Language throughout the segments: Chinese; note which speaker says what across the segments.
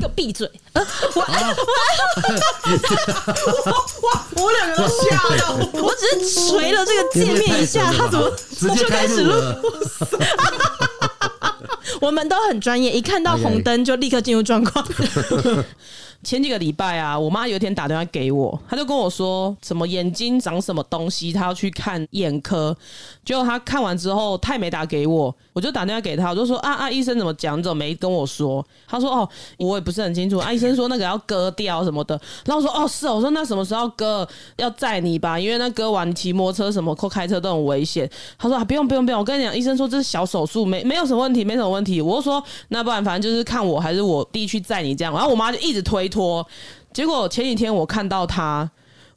Speaker 1: 给我闭嘴！
Speaker 2: 啊
Speaker 1: 呃我
Speaker 2: 我两个都吓到，
Speaker 1: 我只是捶了这个界面一下，他怎么
Speaker 3: 直接
Speaker 1: 就
Speaker 3: 开
Speaker 1: 开始
Speaker 3: 路
Speaker 1: 录？
Speaker 3: 了？
Speaker 1: 我们都很专业，一看到红灯就立刻进入状况。
Speaker 2: 哎 前几个礼拜啊，我妈有一天打电话给我，她就跟我说什么眼睛长什么东西，她要去看眼科。结果她看完之后，她也没打给我，我就打电话给她，我就说啊啊，医生怎么讲？你怎么没跟我说？她说哦，我也不是很清楚啊，医生说那个要割掉什么的。然后我说哦是哦，我说那什么时候要割？要载你吧，因为那割完你骑摩托车什么或开车都很危险。她说啊不用不用不用，我跟你讲，医生说这是小手术，没没有什么问题，没什么问题。我就说那不然反正就是看我还是我弟去载你这样。然后我妈就一直推脱，结果前几天我看到她，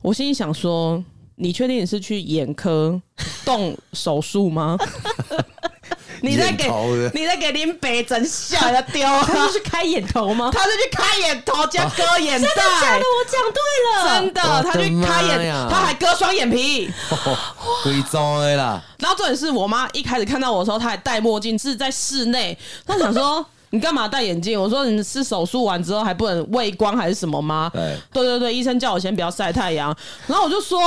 Speaker 2: 我心里想说，你确定你是去眼科动手术 吗？你在给
Speaker 4: 眼头的
Speaker 2: 你在给林北整吓要丢啊！
Speaker 1: 他是开眼头吗？
Speaker 2: 他是去开眼
Speaker 4: 哦
Speaker 2: 头加割眼袋，
Speaker 1: 吓得我讲对了，
Speaker 2: 真的，
Speaker 4: 我的
Speaker 2: 他去开
Speaker 4: 妈
Speaker 2: 眼
Speaker 4: 呀，
Speaker 2: 他还割双眼皮。
Speaker 4: 规章的啦，
Speaker 2: 然后重点是我妈一开始看到我的时候，她还戴墨镜，是在室内。她想说。你干嘛戴眼镜？我说你是手术完之后还不能畏光还是什么吗？
Speaker 4: 对
Speaker 2: 对对对医生叫我先不要晒太阳。然后我就说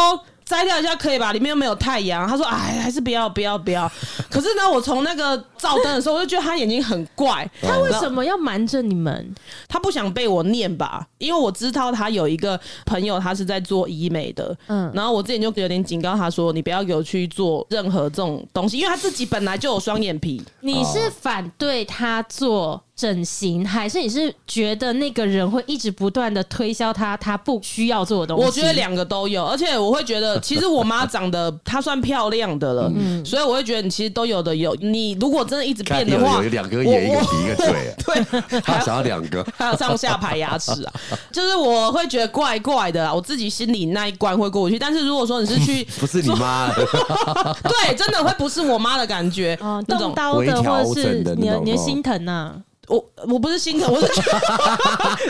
Speaker 2: 摘掉一下可以吧，里面又没有太阳。他说哎，还是不要不要不要。可是呢，我从那个照灯的时候，我就觉得他眼睛很怪。
Speaker 1: 他为什么要瞒着你们？
Speaker 2: 他不想被我念吧，因为我知道他有一个朋友，他是在做医美的，
Speaker 1: 嗯
Speaker 2: 嗯，然后我之前就有点警告他说，你不要给我去做任何这种东西，因为他自己本来就有双眼皮，
Speaker 1: 你是反对他做整形，还是你是觉得那个人会一直不断的推销他他不需要做的东西？
Speaker 2: 我觉得两个都有，而且我会觉得，其实我妈长得她算漂亮的了，
Speaker 1: 嗯
Speaker 2: 所以我会觉得你其实都有的有。你如果真的一直变
Speaker 4: 看
Speaker 2: 的
Speaker 4: 有
Speaker 2: 话，
Speaker 4: 有两个眼，一
Speaker 2: 我
Speaker 4: 个
Speaker 2: 我
Speaker 4: 鼻，一个嘴啊，
Speaker 2: 对，
Speaker 4: 他
Speaker 2: 还有
Speaker 4: 想要两个，
Speaker 2: 还有上下排牙齿啊， 就是我会觉得怪怪的啦，啊我自己心里那一关会过不去。但是如果说你是 去
Speaker 4: 不是你妈，
Speaker 2: 对，真的会不是我妈的感觉，
Speaker 1: 哦，
Speaker 2: 那
Speaker 1: 动
Speaker 2: 种
Speaker 1: 刀
Speaker 4: 微
Speaker 1: 的
Speaker 4: 调
Speaker 1: 或者
Speaker 4: 整
Speaker 1: 是
Speaker 4: 的
Speaker 1: 你
Speaker 4: 那
Speaker 1: 的
Speaker 4: 种
Speaker 1: 你的
Speaker 4: 哦
Speaker 1: 心疼啊呐、
Speaker 2: 我我不是心疼，我 是觉得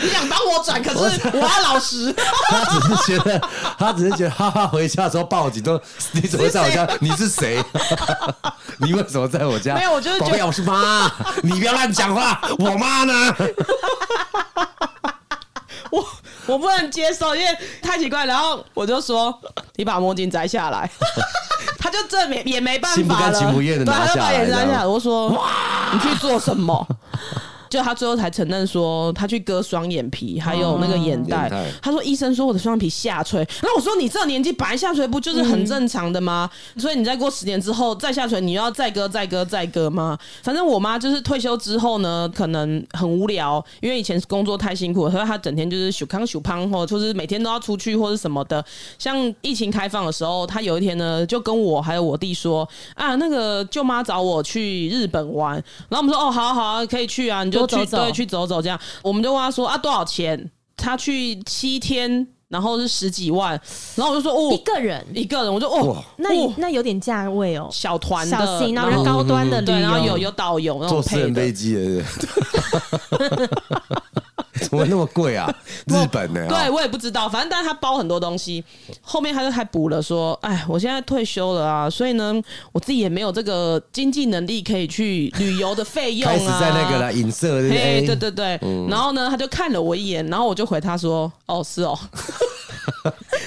Speaker 2: 你想帮我转，可是我要老 实。
Speaker 4: 他只是觉得，他只是觉得，哈哈，回家的时候报警都，你怎么在我家？你 是谁？你为什么在我家？
Speaker 2: 没有我就是觉
Speaker 4: 宝
Speaker 2: 得
Speaker 4: 贝，我是妈，你不要乱讲话，我 妈呢？
Speaker 2: 我我不能接受，因为太奇怪。然后我就说：“你把墨镜摘下 来。”他就这没也没办
Speaker 4: 心不
Speaker 2: 法
Speaker 4: 甘
Speaker 2: 了，
Speaker 4: 情不愿地
Speaker 2: 对，
Speaker 4: 拿
Speaker 2: 他就
Speaker 4: 下
Speaker 2: 把
Speaker 4: 来
Speaker 2: 眼
Speaker 4: 这
Speaker 2: 摘
Speaker 4: 样
Speaker 2: 下来。我说：“你去做什么？”就他最后才承认说，他去割双眼皮，还有那个眼袋
Speaker 4: 哦眼袋。
Speaker 2: 他说医生说我的双眼皮下垂，那我说你这个年纪本来下垂不就是很正常的吗？所以你再过十年之后再下垂，你又要再割再割再割吗？反正我妈就是退休之后呢，可能很无聊，因为以前工作太辛苦了，所以她整天就是小康小胖，或者就是每天都要出去或者什么的。像疫情开放的时候，她有一天呢就跟我还有我弟说啊，那个舅妈找我去日本玩，然后我们说哦，好啊好啊，可以去啊，你就
Speaker 1: 多
Speaker 2: 去
Speaker 1: 走走
Speaker 2: 对去走走这样。我们就问他说啊，多少钱？他去七天，然后是十几万，然后我就说
Speaker 1: 一
Speaker 2: 哦，
Speaker 1: 个人，
Speaker 2: 一个人，我就哦
Speaker 4: 哇，
Speaker 1: 那
Speaker 2: 哦
Speaker 1: 那有点价位哦，
Speaker 2: 小团的，
Speaker 1: 小心，然后
Speaker 2: 然
Speaker 1: 是高端的旅
Speaker 2: 对，然后有
Speaker 1: 游，
Speaker 2: 有导游那种
Speaker 4: 坐私
Speaker 2: 配
Speaker 4: 人
Speaker 2: 的
Speaker 4: 飞。机的，怎么那么 贵啊？日本的、
Speaker 2: 对，，我也不知啊道，反正但是他包很多东西，后面他就还补了说，哎，我现在退休了啊，所以呢，我自己也没有这个经济能力可以去旅游的费用啊。
Speaker 4: 开始在那个了，影射对
Speaker 2: 嘿，
Speaker 4: 不对？
Speaker 2: 哎对对对，然后呢，他就看了我一眼，然后我就回他说：“哦，是哦。”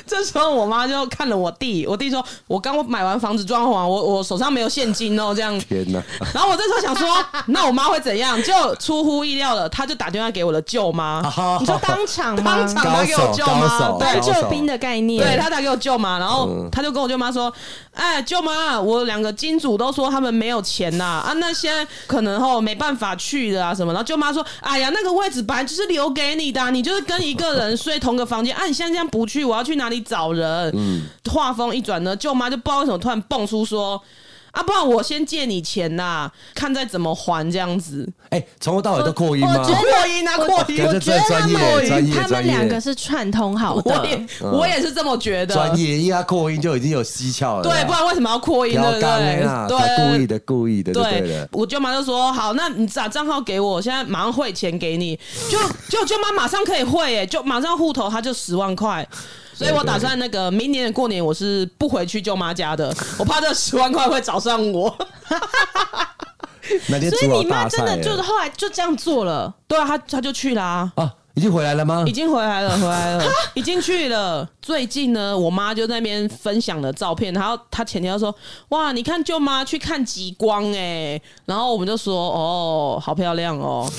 Speaker 2: 这时候我妈就看了我弟，我弟说：“我刚买完房子装潢，我我手上没有现金哦，这样。”
Speaker 4: 天哪！
Speaker 2: 然后我这时候想说，那我妈会怎样？就出乎意料了，她就打电话给我的舅妈，
Speaker 1: 你说当场吗？
Speaker 2: 当场打给我舅
Speaker 4: 高
Speaker 2: 妈，
Speaker 4: 手
Speaker 2: 对
Speaker 4: 高，手
Speaker 1: 救兵的概念，
Speaker 2: 对他打给我舅妈，然后
Speaker 4: 嗯
Speaker 2: 他就跟我舅妈说：“哎，舅妈，我两个金主都说他们没有钱呐、啊，那现在可能吼没办法去的啊什么。”然后舅妈说：“哎呀，那个位置本来就是留给你的啊、你就是跟一个人睡同个房间，啊，你现在这样不去，我要去哪里找人？”
Speaker 4: 嗯
Speaker 2: 话锋一转呢，舅妈就不知道为什么突然蹦出说。啊，不然我先借你钱呐、看再怎么还这样子。
Speaker 4: 哎、从头到尾都扩音
Speaker 1: 我
Speaker 4: 吗
Speaker 1: 觉？得
Speaker 2: 扩音啊，扩音！
Speaker 4: 我觉得专业专业
Speaker 1: 他们
Speaker 4: 专业
Speaker 1: 两个是串通好
Speaker 2: 我也
Speaker 1: 的，
Speaker 2: 我也是这么觉得。
Speaker 4: 嗯专业，因为他扩音就已经有蹊跷了。
Speaker 2: 对，不然为什么要扩音？对不
Speaker 4: 调岗
Speaker 2: 对？
Speaker 4: 啊，
Speaker 2: 对，
Speaker 4: 他故意的，故意的，就对
Speaker 2: 对
Speaker 4: 了，。
Speaker 2: 我舅妈就说：“好，那你把账号给我，我现在马上汇钱给你。就”就舅妈马上可以汇，哎，就马上户头他就十万块。所以我打算那个明年的过年我是不回去舅妈家的，我怕这十万块会找上我。
Speaker 4: 那天
Speaker 2: 所
Speaker 4: 煮
Speaker 2: 以
Speaker 4: 好
Speaker 2: 你
Speaker 4: 哎大
Speaker 2: 妈
Speaker 4: 菜
Speaker 2: 真的
Speaker 4: 了
Speaker 2: 就是后来就这样做了，对啊，她她就去啦、
Speaker 4: 啊，已经回来了吗
Speaker 2: 已？经回来了，回来了，已经去了。最近呢，我妈就在那边分享了照片，然后她前天就说：“哇，你看舅妈去看极光哎、然后我们就说：“哦，好漂亮哦。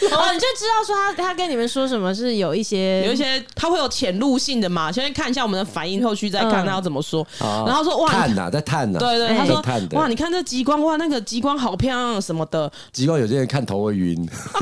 Speaker 1: 哦，你就知道说他他跟你们说什么是有一”些
Speaker 2: 有一些她会有潜入性的嘛，先看一下我们的反应，后续再看
Speaker 1: 嗯
Speaker 2: 她要怎么说。
Speaker 4: 啊
Speaker 2: 然后说：“哇，
Speaker 4: 碳
Speaker 2: 你看
Speaker 4: 呐，在碳呐，
Speaker 2: 对对，
Speaker 1: 哎
Speaker 2: 她
Speaker 4: 都
Speaker 2: 说
Speaker 4: 探：“的
Speaker 2: 哇，你看这极光，哇，那个极光好漂亮什么的。”
Speaker 4: 极光有些人看头会晕，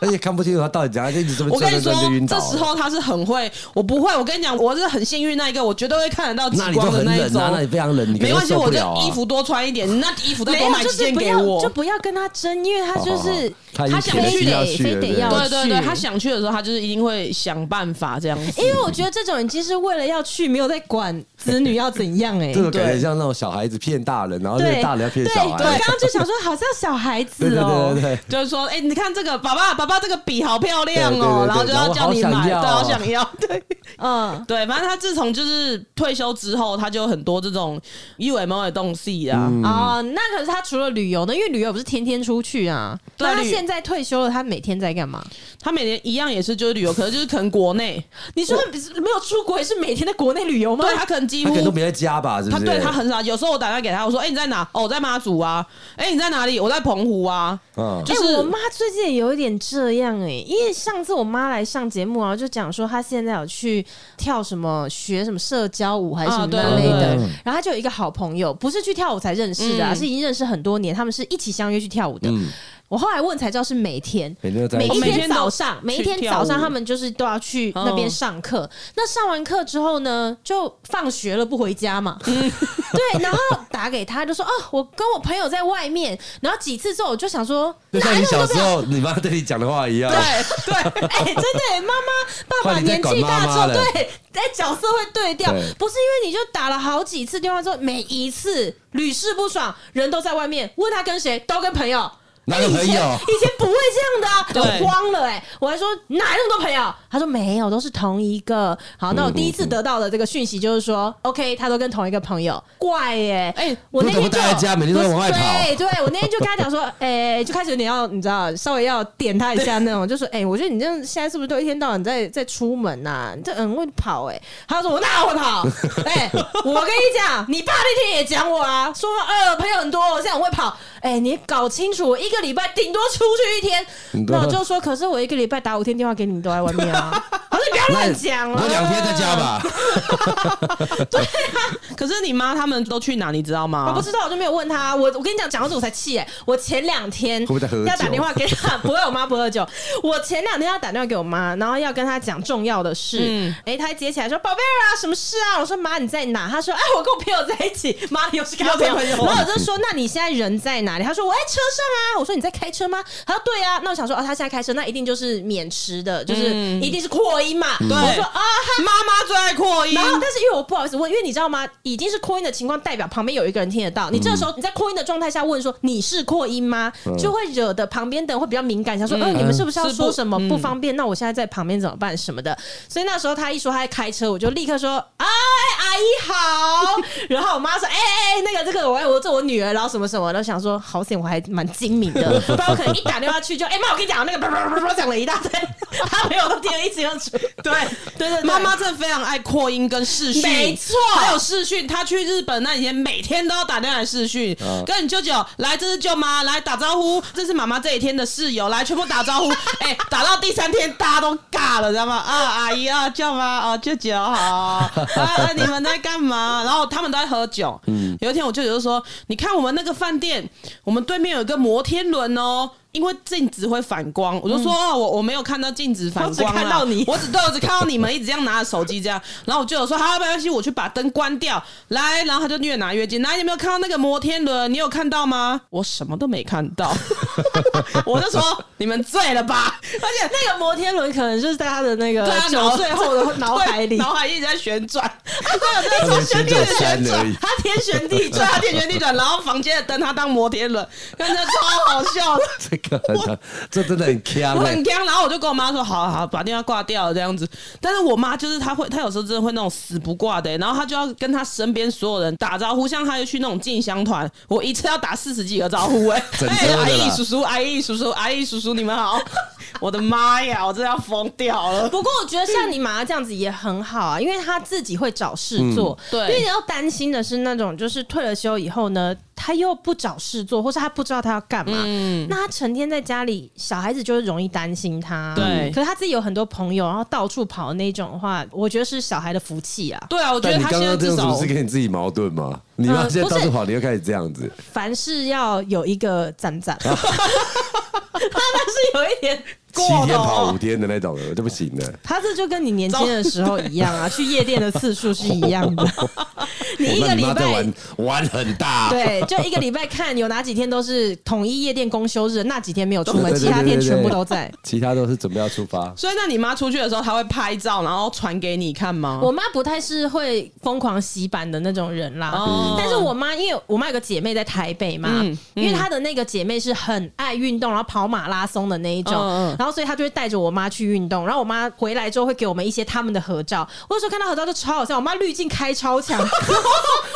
Speaker 4: 而且看不清楚他到底怎样，就一直这么
Speaker 2: 我跟
Speaker 4: 转
Speaker 2: 你
Speaker 4: 转
Speaker 2: 说
Speaker 4: 转就晕，倒
Speaker 2: 这
Speaker 4: 了。
Speaker 2: 时候他是很会，我不会。我跟你讲，我是很幸运那一个，我绝对会看得到极
Speaker 4: 那你
Speaker 2: 光
Speaker 4: 就
Speaker 2: 的
Speaker 4: 很
Speaker 2: 那一
Speaker 4: 冷
Speaker 2: 种。
Speaker 4: 啊，那你非常冷，你可
Speaker 2: 没
Speaker 4: 能
Speaker 2: 关系，
Speaker 4: 受不
Speaker 2: 我就
Speaker 4: 了啊
Speaker 2: 衣服多穿一点，你那衣服再
Speaker 1: 没
Speaker 2: 多买
Speaker 1: 有，就
Speaker 2: 几
Speaker 1: 是
Speaker 2: 件
Speaker 1: 不
Speaker 2: 给
Speaker 1: 要
Speaker 2: 我
Speaker 1: 就。不要跟他争，因为他就
Speaker 4: 好好
Speaker 1: 是
Speaker 4: 哦他已
Speaker 1: 他
Speaker 4: 经
Speaker 2: 觉
Speaker 1: 想
Speaker 2: 得是
Speaker 4: 要
Speaker 1: 非得
Speaker 4: 去
Speaker 1: 非
Speaker 4: 了
Speaker 1: 得
Speaker 4: 对
Speaker 1: 要
Speaker 4: 不
Speaker 2: 对对对，
Speaker 1: 去
Speaker 2: 他想去的时候，他就是一定会想办法这样子。
Speaker 1: 因为我觉得这种已经是为了要去，没有在管子女要怎 样哎、
Speaker 4: 这种感觉
Speaker 2: 对
Speaker 4: 像那种小孩子骗大人，然后那
Speaker 1: 对，
Speaker 4: 个大人要骗
Speaker 1: 对，
Speaker 4: 小
Speaker 1: 我
Speaker 4: 孩
Speaker 1: 刚，刚就想说，好像小孩
Speaker 4: 对
Speaker 1: 子
Speaker 4: 对
Speaker 1: 哦、
Speaker 4: 对对对。
Speaker 2: 就是说，哎、你看这个，爸爸，爸爸，这个笔好漂亮哦、
Speaker 4: 对对对对
Speaker 2: 然后就要叫你
Speaker 4: 然后
Speaker 2: 买，
Speaker 4: 好想
Speaker 2: 对，
Speaker 4: 要哦
Speaker 2: 好想要，对
Speaker 1: 嗯，
Speaker 2: 对，反正他自从就是退休之后，他就有很多这种 UMO 的东西啊，
Speaker 4: 嗯
Speaker 1: 哦，那可是他除了旅游呢，因为旅游不是天天出去啊。
Speaker 2: 对
Speaker 1: 那他
Speaker 2: 旅
Speaker 1: 现在退休了，他每天在干嘛？
Speaker 2: 他每年一样也是就是旅游，可能就是可能国内，
Speaker 1: 你说他没有出国，也是每天在国内旅游吗？
Speaker 2: 对他可能几
Speaker 4: 他
Speaker 2: 乎
Speaker 4: 可能都没在家吧，是不
Speaker 2: 哦他
Speaker 4: 是？
Speaker 2: 对他很少。有时候我打电话给他，我说：“哎、你在哪？哦，我在妈祖啊。哎、你在哪里？我在澎湖啊。
Speaker 4: 嗯
Speaker 2: 就
Speaker 1: 哎、
Speaker 2: 是
Speaker 1: 我妈最近也有一点这样哎、因为上次我妈来上节目啊，就讲说她现在有去跳什么学什么社交舞还是什么
Speaker 2: 啊对
Speaker 1: 那类的，
Speaker 4: 对对
Speaker 1: 然后她就有一个好朋友，不是去跳舞才认识的、啊，
Speaker 2: 嗯
Speaker 1: 是已经认识很多年，他们是一起相约去跳舞的。
Speaker 4: 嗯，
Speaker 1: 我后来问才知道是每天。
Speaker 4: 每天都在
Speaker 1: 每
Speaker 4: 一
Speaker 1: 一
Speaker 4: 起
Speaker 2: 每天
Speaker 1: 天
Speaker 2: 都
Speaker 1: 早上，每一天早
Speaker 2: 去跳
Speaker 1: 上
Speaker 2: 舞哦
Speaker 1: 他们就是都要去那边上课。那上完课之后呢，就放学了不回家嘛。
Speaker 2: 嗯
Speaker 1: 对，然后打给他就说：“哦，我跟我朋友在外面。”然后几次之后，我就想说，
Speaker 4: 就
Speaker 1: 哪
Speaker 4: 像
Speaker 1: 有
Speaker 4: 你
Speaker 1: 那
Speaker 4: 小
Speaker 1: 么多
Speaker 4: 时 候你妈对你讲的话一样，
Speaker 2: 对 对，
Speaker 1: 哎、真的耶、妈妈、爸爸
Speaker 4: 换你在
Speaker 1: 年
Speaker 4: 管
Speaker 1: 纪大
Speaker 4: 妈
Speaker 1: 之
Speaker 4: 妈
Speaker 1: 后，
Speaker 4: 了
Speaker 1: 对，哎，角色会对调，
Speaker 4: 对
Speaker 1: 不是因为你就打了好几次电话之后，每一次屡试不爽，人都在外面，问他跟谁，都跟朋友。
Speaker 4: 哪有
Speaker 1: 哎以前
Speaker 4: 朋友
Speaker 1: 以前不会这样的啊，
Speaker 2: 对
Speaker 1: 我慌了哎、我还说哪有那么多朋友？他说没有，都是同一个。好，
Speaker 4: 嗯
Speaker 1: 那我第一次得到的这个讯息就是说、o k 他都跟同一个朋友，怪耶、哎、
Speaker 2: 哎
Speaker 1: 我那
Speaker 4: 不怎
Speaker 1: 天就
Speaker 4: 么待在家每天都在往外跑
Speaker 1: 对对我那天就跟他讲说， 哎、就开始有点要你知道，稍微要点他一下那种，就说，哎、我觉得你这样现在是不是都一天到晚在在出门呐、你这很会跑哎、他说我哪会 跑？哎、我跟你讲，你爸那天也讲我啊，说呃朋友很多，我现在很会跑。哎、你搞清楚，我一个礼拜顶多出去一天。
Speaker 4: 很多
Speaker 1: 那我就说，可是我一个礼拜打五天电话给你，你都在外面 啊。他说你不要乱讲啊，
Speaker 4: 我两天在家。吧，
Speaker 2: 可是你妈他们都去哪？你知道吗？
Speaker 1: 我哦不知道，我就没有问他。我我跟你讲，讲到这我才气哎、我前两天
Speaker 4: 会不会在喝酒
Speaker 1: 要打电话给 他，不会，我妈不喝酒。我前两天要打电话给我妈，然后要跟她讲重要的事。
Speaker 2: 嗯
Speaker 1: 哎、她接起来说：“宝贝儿啊，什么事啊？”我说：“妈，你在哪？”她说：“哎，我跟我朋友在一起。”妈，你又是跟她朋友。
Speaker 2: 又是
Speaker 1: 然
Speaker 2: 朋友
Speaker 1: 后我就说：“那你现在人在哪里？”她说：“我在车上啊。”我说：“你在开车吗？”她说：“对啊。”那我想说：“哦，她现在开车，那一定就是免迟的，就是
Speaker 2: 嗯
Speaker 1: 一定是扩音嘛。
Speaker 2: 对
Speaker 1: 我说：“啊，
Speaker 2: 妈妈最爱扩音
Speaker 1: 然，后，但是因为我不好意思问，因为你知道吗？已经是扩音的情况，代表旁边有一个人听得到。你这个时候你在扩音的状态下问说你是扩音吗，就会惹得旁边的人会比较敏感，想嗯说，嗯、你们是不是要
Speaker 2: 是不
Speaker 1: 说什么
Speaker 2: 嗯
Speaker 1: 不方便？那我现在在旁边怎么办什么的？所以那时候他一说他在开车，我就立刻说，哎，阿姨好。 然后我妈说，哎、哎、哎那个这个我我这我女儿，然后什么什么，然后想说，好险我还蛮精明 的，不然我可能一打电话去就，哎、妈，我跟你讲那个叭叭叭叭讲了一大堆， 他没有都听得一清二楚。对对对，对
Speaker 2: 妈妈真的非常爱扩音跟视讯，
Speaker 1: 没错
Speaker 2: 还有视讯。她去日本那几天，每天都要打电话来视讯，跟你舅舅来，这是舅妈来打招呼，这是妈妈这一天的室友来，全部打招呼。哎、打到第三天大家都尬了，知道吗？啊，阿姨啊，舅妈哦，舅舅好啊，啊你们在干嘛？然后他们都在喝酒。嗯，有一天我舅舅就说：“你看我们那个饭店，我们对面有一个摩天轮哦。”因为镜子会反光，我就说、哦我我没有看到镜子反
Speaker 1: 我
Speaker 2: 光
Speaker 1: 只
Speaker 2: 啦，
Speaker 1: 看到你
Speaker 2: 我只对我只看到你们一直这样拿着手机这样， 然后我就有说好，没关系，我去把灯关掉。来， 然后他就越拿越近。来，你有没有看到那个摩天轮？你有看到吗？我什么都没看到。我就说你们醉了吧？而且
Speaker 1: 那个摩天轮可能就是在他的那个
Speaker 2: 对啊，
Speaker 1: 九岁 后的脑海里，
Speaker 2: 脑海一直在旋转，
Speaker 4: 他
Speaker 2: 对，在
Speaker 4: 们
Speaker 2: 旋
Speaker 4: 先走
Speaker 2: 转旋
Speaker 4: 三而
Speaker 2: 转
Speaker 4: 已，
Speaker 1: 他天旋地
Speaker 2: 对，啊
Speaker 1: 转，
Speaker 2: 他天旋地转，然后房间的灯他当摩天轮，看着超好笑的。
Speaker 4: 这个很，这真的很强
Speaker 2: 我
Speaker 4: 哎
Speaker 2: 很。僵，然后我就跟我妈说：“好啊好啊，把电话挂掉了这样子。”但是我妈就是她会，她有时候真的会那种死不挂的欸、然后她就要跟她身边所有人打招呼，像她就去那种进香团，我一次要打四十几个招呼哎、
Speaker 4: 整
Speaker 2: 哎
Speaker 4: 车的啦
Speaker 2: 阿姨叔叔，阿姨叔叔，阿姨叔叔，你们好！ 我的妈呀，我真的要疯掉了。
Speaker 1: 不过我觉得像你妈这样子也很好啊，因为她自己会找事
Speaker 4: 嗯
Speaker 1: 做。
Speaker 2: 对
Speaker 1: 因为你要担心的是那种就是退了休以后呢，她又不找事做，或是她不知道她要干嘛。
Speaker 2: 嗯
Speaker 1: 那她成天在家里，小孩子就会容易担心她。
Speaker 2: 对
Speaker 1: 可是她自己有很多朋友，然后到处跑的那种的话，我觉得是小孩的福气啊。
Speaker 2: 对啊，我觉
Speaker 4: 但
Speaker 2: 得
Speaker 4: 你
Speaker 2: 她
Speaker 4: 刚
Speaker 2: 现在
Speaker 4: 刚这
Speaker 2: 至
Speaker 4: 样子
Speaker 2: 少
Speaker 4: 不是跟你自己矛盾吗？你妈
Speaker 1: 嗯
Speaker 4: 现在
Speaker 1: 不
Speaker 4: 到
Speaker 1: 是
Speaker 4: 处跑，你又开始这样子，
Speaker 1: 凡事要有一个攒 攒， 她那是有一点
Speaker 4: 七
Speaker 1: 过
Speaker 4: 天
Speaker 1: 头
Speaker 4: 跑
Speaker 1: 哦
Speaker 4: 五天的那种的，这不行的。
Speaker 1: 他这就跟你年轻的时候一样啊，去夜店的次数是一样 的。你
Speaker 4: 我
Speaker 1: 一个
Speaker 4: 看
Speaker 1: 礼
Speaker 4: 你妈在
Speaker 1: 拜
Speaker 4: 玩玩很大，
Speaker 1: 对，就一个礼拜看有哪几天都是统一夜店公休日，那几天没有出门，
Speaker 4: 对对对
Speaker 1: 其他天
Speaker 4: 对对
Speaker 1: 全部都在。
Speaker 4: 其他都是准备要出发。
Speaker 2: 所以那你妈出去的时候，她会拍照然后传给你看吗？
Speaker 1: 我妈不太是会疯狂洗版的那种人啦，
Speaker 2: 哦
Speaker 1: 但是我妈因为我妈有个姐妹在台北嘛，
Speaker 2: 嗯
Speaker 1: 因为她的那个姐妹是很爱运动，然后跑马拉松的那一种，
Speaker 4: 哦
Speaker 2: 嗯嗯
Speaker 1: 然后所以她就会带着我妈去运动，然后我妈回来之后会给我们一些他们的合照，我有时候看到合照就超好笑，我妈滤镜开超强，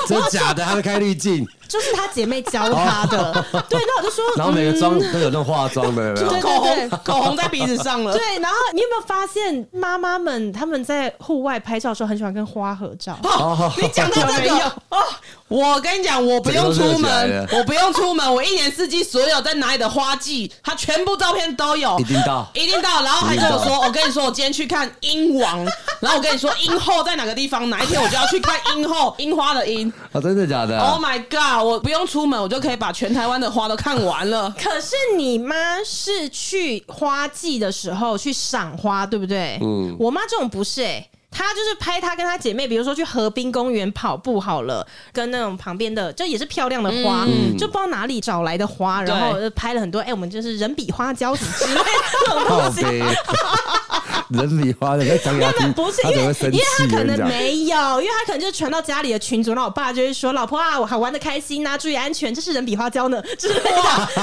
Speaker 4: 真假的，他会开滤镜，
Speaker 1: 就是她姐妹教她的，对，那我就说，
Speaker 4: 哦然后每个
Speaker 1: 嗯
Speaker 4: 妆都有那种化妆的，有没有
Speaker 1: 对对
Speaker 2: 口
Speaker 1: 对
Speaker 2: 红口红在鼻子上了。
Speaker 1: 对，然后你有没有发现妈妈们她们在户外拍照的时候很喜欢跟花合照？
Speaker 4: 哦
Speaker 2: 你讲到这
Speaker 1: 有没有
Speaker 2: 个哦，我跟你讲，我不用出
Speaker 4: 整个都热起来
Speaker 2: 门
Speaker 4: 了，
Speaker 2: 我不用出门，我一年四季所有在哪里的花季，他全部照片都有
Speaker 4: 一。定到。
Speaker 2: 一定到，然后还跟我
Speaker 4: 一定
Speaker 2: 说，我跟你说，我今天去看鹰王，然后我跟你说，鹰后在哪个地方，哪一天我就要去看鹰后，樱花的樱。
Speaker 4: 哦，真的假的？
Speaker 2: Oh my god！我不用出门，我就可以把全台湾的花都看完了。
Speaker 1: 可是你妈是去花季的时候去赏花，对不对？嗯，我妈这种不是哎、她就是拍她跟她姐妹，比如说去河滨公园跑步好了，跟那种旁边的就也是漂亮的花，
Speaker 4: 嗯
Speaker 1: 就不知道哪里找来的花，然后就拍了很多。哎、我们就是人比花娇什么之类的这种
Speaker 4: 靠
Speaker 1: 东西。
Speaker 4: 背，人比花的，那张牙听
Speaker 1: 根本不是，
Speaker 4: 他
Speaker 1: 因
Speaker 4: 怎
Speaker 1: 为
Speaker 4: 么会生
Speaker 1: 因
Speaker 4: 气
Speaker 1: 为？他可
Speaker 4: 我跟你
Speaker 1: 能
Speaker 4: 讲
Speaker 1: 没有，因为他可能就传到家里的群组，然后我爸就会说：“老婆啊，我还玩的开心呐、注意安全，这是人比花娇呢之类的。”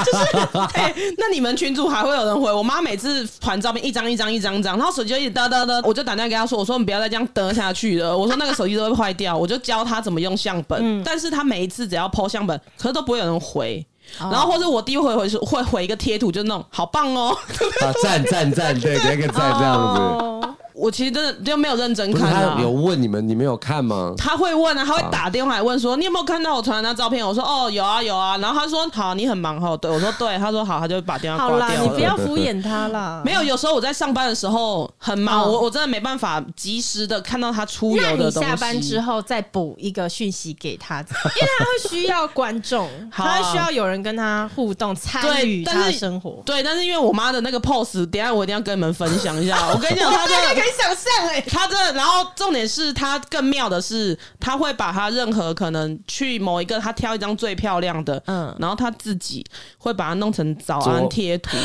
Speaker 1: 就是
Speaker 2: 哎、那你们群主还会有人回？我妈每次传照片一张一张一张一张，然后手机就一直嘚嘚嘚，我就打电话给她说：“我说你不要再这样嘚下去了，我说那个手机都会坏掉。”我就教她怎么用相本，
Speaker 1: 嗯
Speaker 2: 但是她每一次只要剖相本，可是都不会有人回。
Speaker 1: 哦
Speaker 2: 然后或者我第一回回是会回一个贴图，就是那种好棒哦。
Speaker 4: 啊，赞赞赞，对，给一个赞这样子。
Speaker 1: 哦
Speaker 2: 我其实真的就没有认真
Speaker 4: 不是
Speaker 2: 看啊
Speaker 4: 他。有问你们，你们有看吗？
Speaker 2: 他会问啊，他会打电话来问说：“你有没有看到我传的那照片？”我说：“哦，有啊，有啊。”然后他说：“好，你很忙哦。”对，我说：“对。”他说：“好。”他就把电话
Speaker 1: 好
Speaker 2: 挂
Speaker 1: 啦，
Speaker 2: 掉了。
Speaker 1: 你不要敷衍他 啦。
Speaker 2: 没有，有时候我在上班的时候很忙，
Speaker 1: 哦
Speaker 2: 我我真的没办法及时的看到他出游
Speaker 1: 那
Speaker 2: 的东
Speaker 1: 你
Speaker 2: 西。
Speaker 1: 下班之后再补一个讯息给他， 因为他会需要观 众，
Speaker 2: 好啊
Speaker 1: 他会需要有人跟他互动，参与
Speaker 2: 对，
Speaker 1: 他
Speaker 2: 但
Speaker 1: 的
Speaker 2: 是
Speaker 1: 生活。
Speaker 2: 对，但是因为我妈的那个 pose，等一下我一定要跟你们分享一下。 我跟你讲，她
Speaker 1: 大
Speaker 2: 真
Speaker 1: 概可
Speaker 2: 的。
Speaker 1: 以想象哎，
Speaker 2: 她真的，然后重点是她更妙的是，她会把她任何可能去某一个，她挑一张最漂亮的，
Speaker 1: 嗯
Speaker 2: 嗯，然后她自己会把它弄成早安贴图，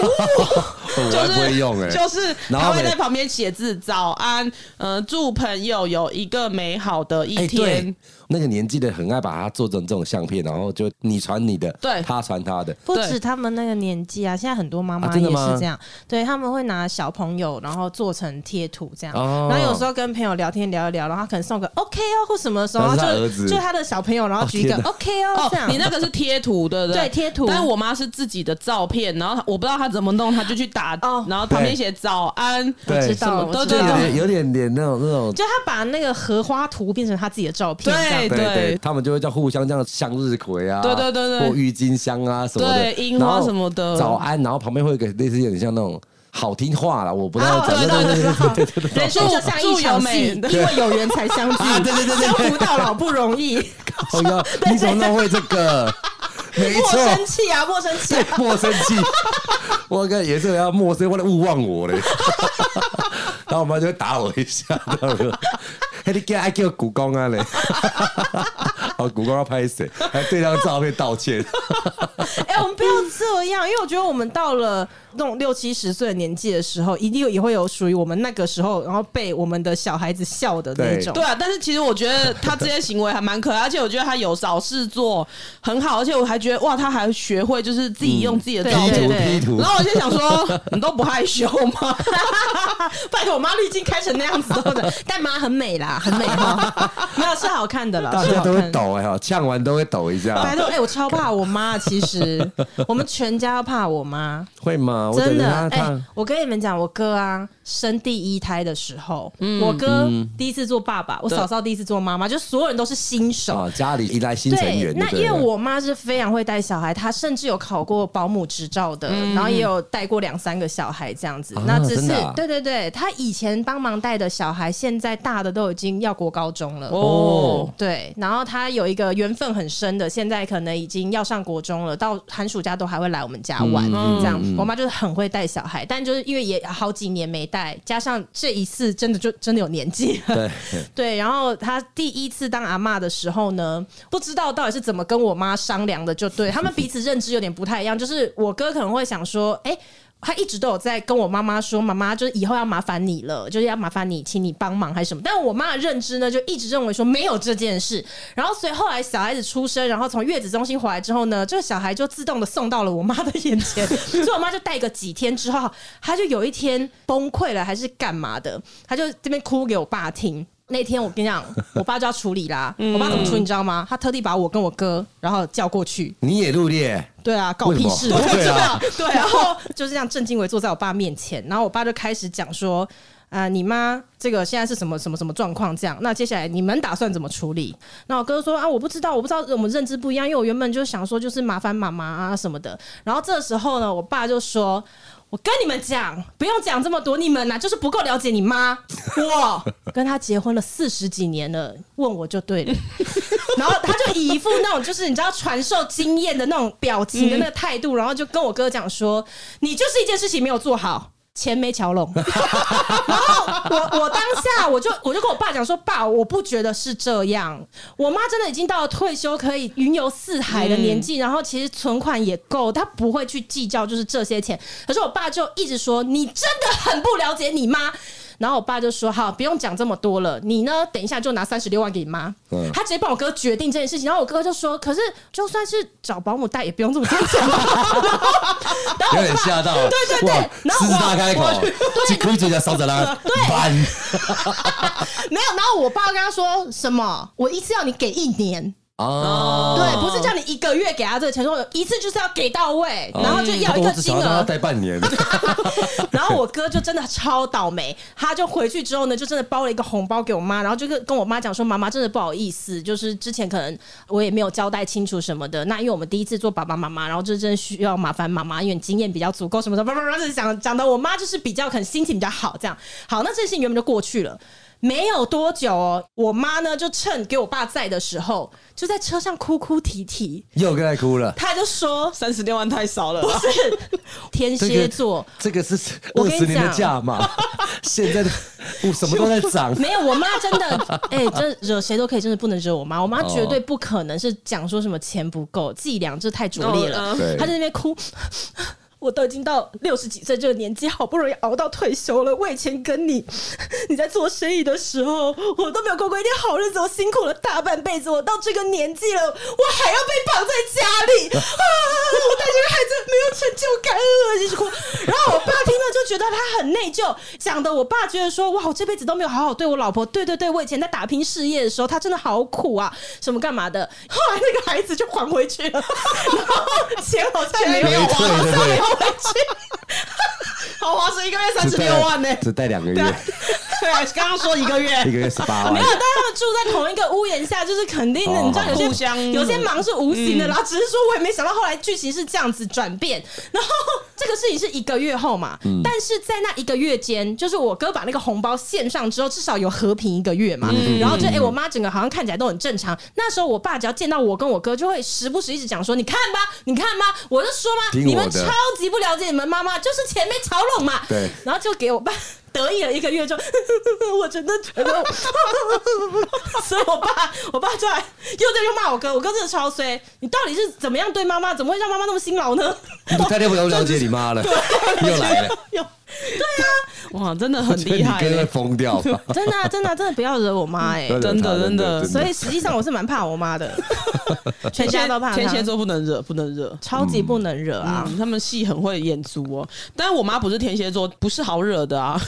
Speaker 4: 我哦还不会用哎，
Speaker 2: 就是
Speaker 4: 然后
Speaker 2: 她会
Speaker 4: 嘞
Speaker 2: 在旁边写字“早安”，呃，祝朋友有一个美好的一
Speaker 4: 哎，
Speaker 2: 天。
Speaker 4: 对，那个年纪的很爱把它做成这种相片，然后就你传你的，
Speaker 2: 对
Speaker 4: 他传他的，
Speaker 1: 不
Speaker 2: 对
Speaker 1: 止他们那个年纪啊，现在很多妈
Speaker 4: 啊
Speaker 1: 妈
Speaker 4: 真
Speaker 1: 也
Speaker 4: 的吗
Speaker 1: 是这样，对他们会拿小朋友，然后做成贴图这样，
Speaker 4: 哦
Speaker 1: 然后有时候跟朋友聊天聊一聊，然后他可能送个 OK 哦或什么的时
Speaker 4: 那
Speaker 1: 候，
Speaker 4: 是他
Speaker 1: 他
Speaker 4: 儿
Speaker 1: 就
Speaker 4: 子
Speaker 1: 就他的小朋友，然后
Speaker 4: 哦
Speaker 1: 举一个
Speaker 4: 天哪
Speaker 1: OK 哦
Speaker 2: 哦
Speaker 1: 这，样
Speaker 2: 你。那个是贴图，对不对？
Speaker 1: 对贴图
Speaker 2: 但是我妈是自己的照片，然后她我不知道她怎么弄，她就去打，
Speaker 1: 哦
Speaker 2: 然后旁边
Speaker 4: 对
Speaker 2: 写早安，
Speaker 4: 对
Speaker 1: 我知道了，
Speaker 2: 什么
Speaker 1: 我知
Speaker 4: 就
Speaker 2: 对
Speaker 1: 道
Speaker 4: 有
Speaker 1: 了
Speaker 4: 点有点点那种那种。
Speaker 1: 就他把那个荷花图变成他自己的照片，这样
Speaker 2: 对
Speaker 4: 对对，他们就会叫互相这样向日葵啊，
Speaker 2: 对对对对
Speaker 4: 或郁金香啊什么的，
Speaker 2: 对樱花
Speaker 4: 然后
Speaker 2: 什么的
Speaker 4: 早安，然后旁边会有一个类似有点像那种好听话啦，我不知道
Speaker 1: 哦
Speaker 4: 讲
Speaker 1: 对
Speaker 4: 的
Speaker 1: 对
Speaker 4: 对
Speaker 1: 对
Speaker 4: 对对对
Speaker 1: 人生就像一场戏，
Speaker 2: 祝由美
Speaker 1: 因为有缘才相聚，
Speaker 4: 啊对对对对对
Speaker 1: 相扶到老不容易。
Speaker 4: 哦哟，你怎么弄会这个？ 没
Speaker 1: 莫
Speaker 4: 错，
Speaker 1: 生气啊，莫生气啊、
Speaker 4: 莫生 气，我跟也是要莫生，我来勿忘我 嘞。然后我妈就会打我一下，这样子。嘿，你叫爱叫故宫啊嘞，好，古光要拍谁，还对张照片道歉。
Speaker 1: 哎、我们不要这样，因为我觉得我们到了那种六七十岁的年纪的时候，一定也会有属于我们那个时候，然后被我们的小孩子笑的那种
Speaker 2: 对。啊，但是其实我觉得他这些行为还蛮可爱，而且我觉得他有找事做很好，而且我还觉得哇，他还学会就是自己用自己的照
Speaker 4: P
Speaker 1: 对
Speaker 2: 片。
Speaker 1: 对
Speaker 4: 图
Speaker 1: 对
Speaker 4: P 图
Speaker 2: 然，后我就想说，你都不害羞吗？
Speaker 1: 拜托，我妈滤镜开成那样子都的，但妈很美啦，很美哈，没有是好看的啦，
Speaker 4: 大
Speaker 1: 是
Speaker 4: 家
Speaker 1: 好
Speaker 4: 都会
Speaker 1: 看的。
Speaker 4: 抖哎哈，呛完都会抖一
Speaker 1: 拜
Speaker 4: 下，
Speaker 1: 托，哎、我超怕我妈，其实我们全家都怕 我妈，
Speaker 4: 会吗？我等
Speaker 1: 真
Speaker 4: 着
Speaker 1: 的。
Speaker 4: 他
Speaker 1: 哎、
Speaker 4: 他
Speaker 1: 我跟你们讲，我哥啊，生第一胎的时候，我哥第一次做爸爸，我
Speaker 2: 嗯对
Speaker 1: 嫂嫂第一次做妈妈，就所有人都是新手，
Speaker 4: 啊，家里依赖新成员，
Speaker 1: 那
Speaker 4: 对
Speaker 1: 因为
Speaker 4: 了
Speaker 1: 我妈是非常会带小孩，她甚至有考过保姆执照的，然后也有带过两三个小孩这样子。
Speaker 4: 啊
Speaker 1: 那只
Speaker 4: 真
Speaker 1: 是、
Speaker 4: 的啊
Speaker 1: 对对对，她以前帮忙带的小孩，现在大的都已经要国高中了。
Speaker 2: 哦，
Speaker 1: 对，然后她有一个缘分很深的，现在可能已经要上国中了，到寒暑假都还会来我们家玩，
Speaker 4: 嗯
Speaker 1: 这样。我妈就是很会带小孩，但就是因为也好几年没带，加上这一次真的就真的有年纪了，
Speaker 4: 对，
Speaker 1: 对，然后他第一次当阿嬷的时候呢，不知道到底是怎么跟我妈商量的，就对他们彼此认知有点不太一样。就是我哥可能会想说，哎、他一直都有在跟我妈妈说，妈妈就是以后要麻烦你了，就是要麻烦你，请你帮忙还是什么。但我妈的认知呢，就一直认为说没有这件事。然后所以后来小孩子出生，然后从月子中心回来之后呢，这个小孩就自动的送到了我妈的眼前， 所以我妈就带个几天之后，她就有一天崩溃了还是干嘛的，她就这边哭给我爸听。那天我跟你讲，我爸就要处理啦。我爸怎么处理你知道吗？他特地把我跟我哥然后叫过去，
Speaker 4: 你也入列，
Speaker 1: 对啊，搞屁事！
Speaker 4: 为什么对啊
Speaker 1: 对，然后就是这样正襟危坐在我爸面前，然后我爸就开始讲说。啊、你妈这个现在是什么什么什么状况？这样，那接下来你们打算怎么处理？那我哥说啊，我不知道，我不知道，我们认知不一样，因为我原本就想说就是麻烦妈妈啊什么的。然后这时候呢，我爸就说：“我跟你们讲，不用讲这么多，你们呐、就是不够了解你妈。我跟她结婚了四十几年了，问我就对了。”然后他就以一副那种就是你知道传授经验的那种表情的那个态度，然后就跟我哥讲说：“你就是一件事情没有做好。”钱没瞧拢，然后我我当下我就我就跟我爸讲说，爸，我不觉得是这样。我妈真的已经到了退休可以云游四海的年
Speaker 4: 嗯
Speaker 1: 纪，然后其实存款也够，她不会去计较就是这些钱。可是我爸就一直说，你真的很不了解你妈。然后我爸就说：“好，不用讲这么多了，你呢，等一下就拿三十六万给你妈。
Speaker 4: 嗯
Speaker 1: 他直接帮我哥决定这件事情，然后我哥就说：“可是就算是找保姆带，也不用这么多 钱吧。”然后
Speaker 4: 有
Speaker 1: 我
Speaker 4: 点
Speaker 1: 爸
Speaker 4: 吓到，
Speaker 1: 对对对
Speaker 4: 哇
Speaker 1: 然后
Speaker 4: 狮子
Speaker 1: 我
Speaker 4: 大开口，去亏嘴角烧着啦，对，
Speaker 1: 没有，然后我爸跟他说什么？我一次要你给一年，
Speaker 4: 啊，
Speaker 1: 对，不是叫你一个月给他这个钱，说我一次就是要给到位，
Speaker 4: 哦
Speaker 1: 然后就要一
Speaker 4: 我
Speaker 1: 个
Speaker 4: 只
Speaker 1: 金
Speaker 4: 想要让他
Speaker 1: 额。
Speaker 4: 待半 年，
Speaker 1: 然后我哥就真的超倒霉，他就回去之后呢，就真的包了一个红包给我妈，然后就跟跟我妈讲说：“妈妈真的不好意思，就是之前可能我也没有交代清楚什么的。那因为我们第一次做爸爸妈妈，然后就真的需要麻烦妈妈，因为你经验比较足够什么的，叭叭叭，就是讲讲的我妈就是比较可能心情比较好这样。好，那这件事情原本就过去了。”没有多久哦，我妈呢就趁给我爸在的时候，就在车上哭哭啼啼。
Speaker 4: 又跟他哭了。
Speaker 1: 她就说
Speaker 2: 三十六万太少了啦，：“
Speaker 1: 天
Speaker 4: 这个
Speaker 1: 蝎座，
Speaker 4: 这个是二
Speaker 1: 我跟你
Speaker 4: 十年的
Speaker 1: 讲
Speaker 4: 价 码，现在的物什么都在涨，
Speaker 1: 没有，我妈真的，哎、这惹谁都可以，真的不能惹我妈。我妈绝对不可能是讲说什么钱不够，伎俩这太拙劣了
Speaker 2: 哦。
Speaker 4: 对
Speaker 1: 她在那边哭。我都已经到六十几岁这个年纪，好不容易熬到退休了。我以前跟你， 你在做生意的时候，我都没有过过一天好日子，我辛苦了大半辈子，我到这个年纪了，我还要被绑在家里 啊！我带这个孩子没有成就感，恶心哭。然后我爸听了就觉得他很内疚，讲的我爸觉得说哇，我这辈子都没有好好对我老婆，对对对，我以前在打拼事业的时候，他真的好苦啊，什么干嘛的。后来那个孩子就还回去了， 然后钱好像没有
Speaker 4: 没退
Speaker 1: 还，好
Speaker 4: 对不
Speaker 1: 像没
Speaker 4: 对
Speaker 1: 有回去。
Speaker 2: 豪华是一个月三
Speaker 4: 只
Speaker 2: 十
Speaker 4: 带
Speaker 2: 六万呢、
Speaker 4: 只带两个
Speaker 2: 对
Speaker 4: 月
Speaker 2: 啊，对啊，刚刚说一个月，
Speaker 4: 一 个月十八
Speaker 1: 啊
Speaker 4: 万
Speaker 1: 没有，，但他们住在同一个屋檐下，就是肯定的。
Speaker 4: 哦
Speaker 1: 你知道有些
Speaker 2: 互相
Speaker 4: 嗯
Speaker 1: 有些忙是无形的啦，只是说我也没想到后来剧情是这样子转变。然后这个事情是一个月后嘛，
Speaker 4: 嗯
Speaker 1: 但是在那一个月间，就是我哥把那个红包献上之后，至少有和平一个月
Speaker 4: 嗯
Speaker 1: 嘛。然后就哎、我妈整个好像看起来都很正常。那时候我爸只要见到我跟我哥，就会时不时一直讲说：“你看吧，你看吧，我就说嘛，
Speaker 4: 听我的
Speaker 1: 你们超级不了解你们妈妈，就是前面嘲弄嘛。”
Speaker 4: 对
Speaker 1: 然后就给我爸得意了一个月就， 我真的觉得， 所以我爸我爸就来又在又骂我哥，我哥真的超衰，你到底是怎么样对妈妈，怎么会让妈妈那么辛劳呢？
Speaker 4: 你太太不了了解你妈了，又来了，
Speaker 1: 有
Speaker 2: 哇，真的很
Speaker 4: 觉得
Speaker 2: 厉
Speaker 4: 你
Speaker 2: 害
Speaker 4: 哥会
Speaker 2: 欸，
Speaker 4: 疯掉吧？
Speaker 1: 真的、啊、真的、啊、真的不要惹我妈哎、
Speaker 2: 真的真的
Speaker 1: 所以实际上我是蛮怕我妈的，全家都怕她
Speaker 2: 天蝎座不能惹，不能惹。
Speaker 1: 超级不能惹啊！
Speaker 2: 嗯，他们戏很会演足哦，但是我妈不是天蝎座，不是好惹的 啊。